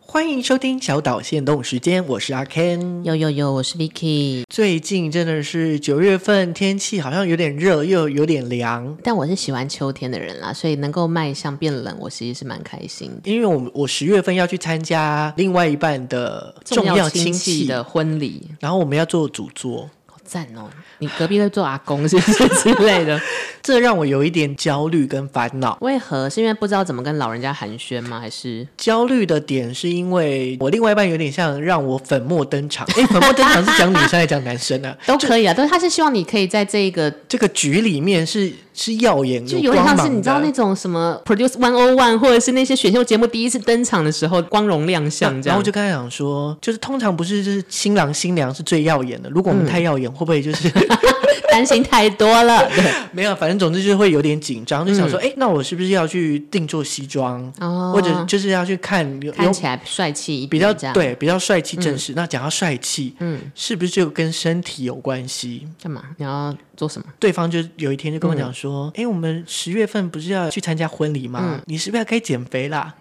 欢迎收听小岛限动时间，我是阿 Ken。有有有，我是 Vicky，最近真的是九月份，天气好像有点热，又有点凉。但我是喜欢秋天的人啦，所以能够迈向变冷，我其实是蛮开心的。因为我我十月份要去参加另外一半的重要亲戚戚的，婚礼，然后我们要做主桌，好赞哦！你隔壁会做阿公 是不是之类的？这让我有一点焦虑跟烦恼。为何？是因为不知道怎么跟老人家寒暄吗？还是焦虑的点是因为我另外一半有点像让我粉墨登 场，哎，粉墨登场是讲女生还是讲男生啊？都可以啊？但是他是希望你可以在这一个，这个局里面是是耀眼，就有点光像是芒你知道的那种什么 Produce One O One，或者是那些选秀节目第一次登场的时候光荣亮相这然样。后我就跟他讲说，就是通常不是就是新郎新娘是最耀眼的，如果我嗯们太耀眼，会不会就是 担心太多了， 对没有？反正总之就是会有点紧张，就想说，哎、那我是不是要去定做西装，嗯哦或者就是要去看有看有起来帅气一点比较这样对比较帅气正式？那讲到帅气，嗯，是不是就跟身体有关系？干嘛？你要做什么？对方就有一天就跟我讲嗯说，哎、我们十月份不是要去参加婚礼吗？你是不是要该减肥啦？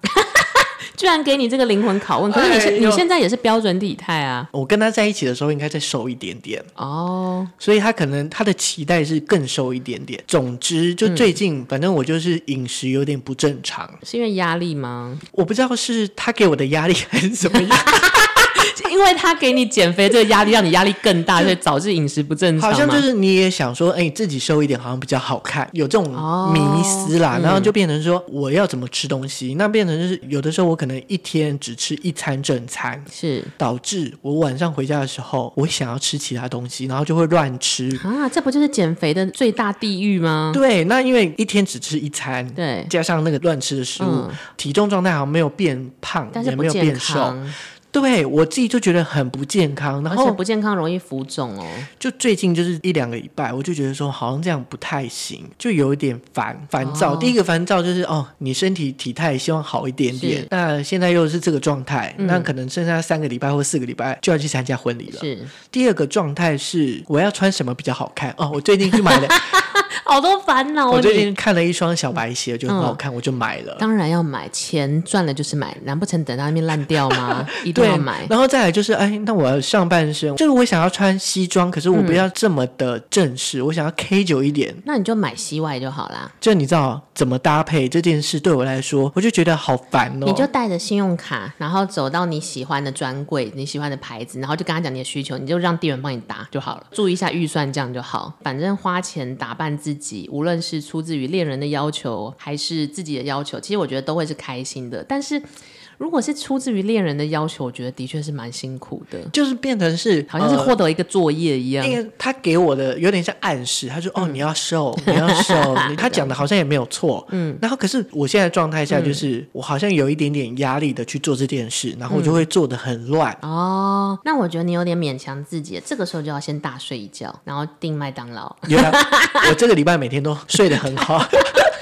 居然给你这个灵魂拷问，可是你是、哎呦你现在也是标准体态啊！我跟他在一起的时候应该再瘦一点点。哦，所以他可能他的期待是更瘦一点点。总之，嗯就最近、反正我就是饮食有点不正常，是因为压力吗？我不知道是他给我的压力还是怎么样，是因为他给你减肥这个压力，让你压力更大，所以导致饮食不正常好吗？像就是你也想说，哎、自己瘦一点好像比较好看，有这种哦迷思啦。然后就变成说我要怎么吃东西，那变成就是有的时候我可能一天只吃一餐正餐。是导致我晚上回家的时候，我想要吃其他东西，然后就会乱吃。啊，这不就是减肥的最大地狱吗？对，那因为一天只吃一餐，对，加上那个乱吃的食物，嗯体重状态好像没有变胖，但是也不没有健变瘦。康，对我自己就觉得很不健康，然而且后不健康容易浮肿哦。就最近就是一两个礼拜，我就觉得说好像这样不太行，就有一点烦烦躁。哦第一个烦躁就是哦，你身体体态希望好一点点是，嗯那现在又是这个状态，那可能剩下三个礼拜或四个礼拜就要去参加婚礼了。是，第二个状态是我要穿什么比较好看哦，我最近去买 了，好多烦恼哦。我最你近看了一双小白鞋，我嗯觉得很好看，我就买了。当然要买，钱赚了就是买，难不成等到那边烂掉 吗？一定对要买。然后再来就是，哎，那我上半身就是我想要穿西装，可是嗯我不要这么的正式，我想要 K 九一点。那你就买西外就好啦，就你知道怎么搭配这件事对我来说，我就觉得好烦哦。你就带着信用卡，然后走到你喜欢的专柜、你喜欢的牌子，然后就跟他讲你的需求，你就让店员帮你打就好了。注意一下预算，这样就好。反正花钱打扮自己，无论是出自于恋人的要求，还是自己的要求，其实我觉得都会是开心的。但是如果是出自于恋人的要求，我觉得的确是蛮辛苦的，就是变成是好像是呃获得一个作业一样。因为他给我的有点像暗示，他说：“哦，你要 瘦，你要瘦。你”他讲的好像也没有错，嗯。然后可是我现在状态下就是、嗯我好像有一点点压力的去做这件事，然后我就会做的很乱。哦，那我觉得你有点勉强自己，这个时候就要先大睡一觉，然后订麦当劳。原来我这个礼拜每天都睡得很好，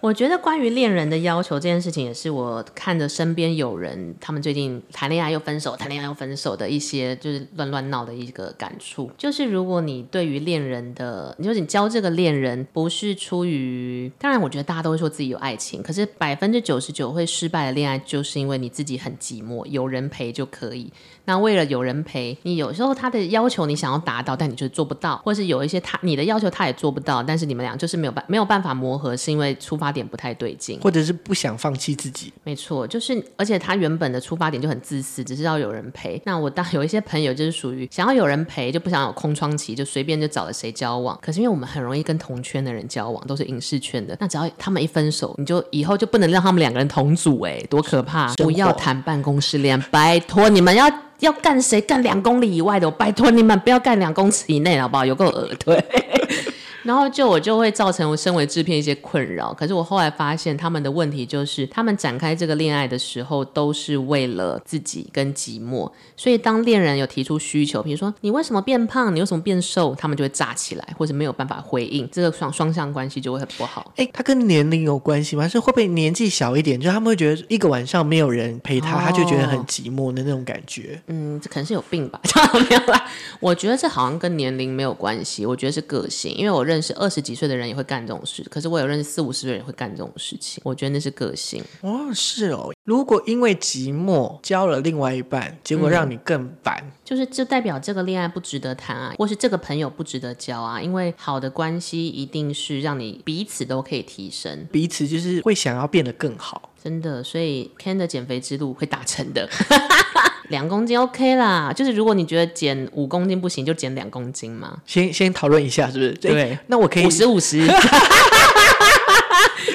我觉得关于恋人的要求这件事情，也是我看着身边有人他们最近谈恋爱又分手，谈恋爱又分手的一些就是乱乱闹的一个感触。就是如果你对于恋人的，你就是你交这个恋人不是出于，当然我觉得大家都会说自己有爱情，可是百分之九十九会失败的恋爱，就是因为你自己很寂寞，有人陪就可以。那为了有人陪，你有时候他的要求你想要达到，但你就是做不到，或是有一些他你的要求他也做不到，但是你们俩就是没有办没有办法磨合，是因为出发点不太对劲。或者是不想放弃自己。没错，就是而且他原本的出发点就很自私，只是要有人陪。那我当 有一些朋友就是属于想要有人陪，就不想有空窗期，就随便就找了谁交往。可是因为我们很容易跟同圈的人交往，都是影视圈的，那只要他们一分手，你就以后就不能让他们两个人同组、哎，多可怕！生活不要谈办公室恋，拜托你们要。要干谁干两公里以外的，我拜托你们不要干两公尺以内，好不好？有够恶对。然后就我就会造成我身为制片一些困扰。可是我后来发现他们的问题就是，他们展开这个恋爱的时候都是为了自己跟寂寞，所以当恋人有提出需求，比如说你为什么变胖，你为什么变瘦，他们就会炸起来，或者没有办法回应，这个双双向关系就会很不好。哎，他跟年龄有关系吗？还是会不会年纪小一点，就他们会觉得一个晚上没有人陪他，哦他就觉得很寂寞的那种感觉？嗯，这可能是有病吧？ 没有啦，我觉得这好像跟年龄没有关系，我觉得是个性。因为我认识二十几岁的人也会干这种事，可是我有认识四五十岁的人也会干这种事情，我觉得那是个性。哦，是哦。如果因为寂寞交了另外一半，结果嗯让你更烦，就是就代表这个恋爱不值得谈啊，或是这个朋友不值得交啊，因为好的关系一定是让你彼此都可以提升。彼此就是会想要变得更好。真的，所以 Ken 的减肥之路会达成的。 两公斤 OK 啦，就是如果你觉得减五公斤不行，就减两公斤嘛。先先讨论一下，是不是？对诶那我可以五十五十，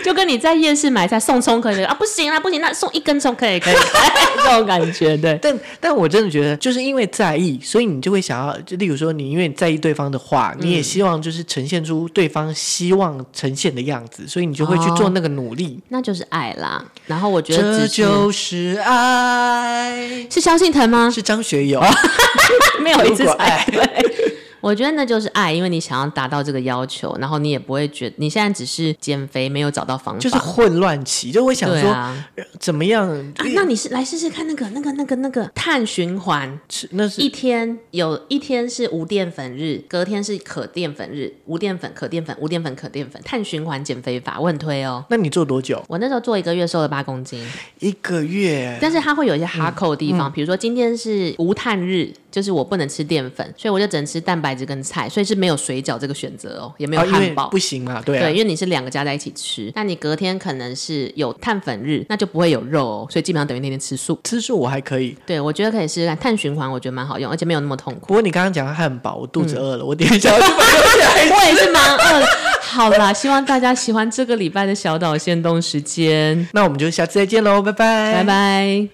就跟你在夜市买菜送葱可以啊，不行啦不行，那送一根葱可以可以， 这种感觉对。但但我真的觉得，就是因为在意，所以你就会想要，就例如说，你因为在意对方的话，你也嗯希望就是呈现出对方希望呈现的样子，所以你就会去哦做那个努力。那就是爱啦，然后我觉得这只是就是爱，是萧敬腾吗？是张学啊友。 没有一次如果猜爱 对。我觉得那就是爱，因为你想要达到这个要求，然后你也不会觉你现在只是减肥没有找到方法，就是混乱期，就会想对说、啊呃怎么样？啊那你是来试试看那个那个那个那个碳循环，是那是一天有一天是无淀粉日，隔天是可淀粉日，无淀粉可淀粉无淀粉可淀粉，碳循环减肥法我很推哦。那你做多久？我那时候做一个月瘦了八公斤，一个月？但是它会有一嗯些哈扣的地方，比如说今天是无碳日，就是我不能吃淀粉，所以我就只能吃蛋白质跟菜，所以是没有水饺这个选择哦，也没有啊因汉为堡。不行嘛，对啊，对，因为你是两个加在一起吃，那你隔天可能是有碳粉日，那就不会有肉哦，所以基本上等于那天吃素。吃素我还可以。对，我觉得可以试试看碳循环，我觉得蛮好用，而且没有那么痛苦。不过你刚刚讲汉堡，我肚子嗯饿了，我点一下我就 把它留下来。我也是 蛮饿的。好啦，希望大家喜欢这个礼拜的小岛限动时间，那我们就下次再见喽，拜拜，拜。拜。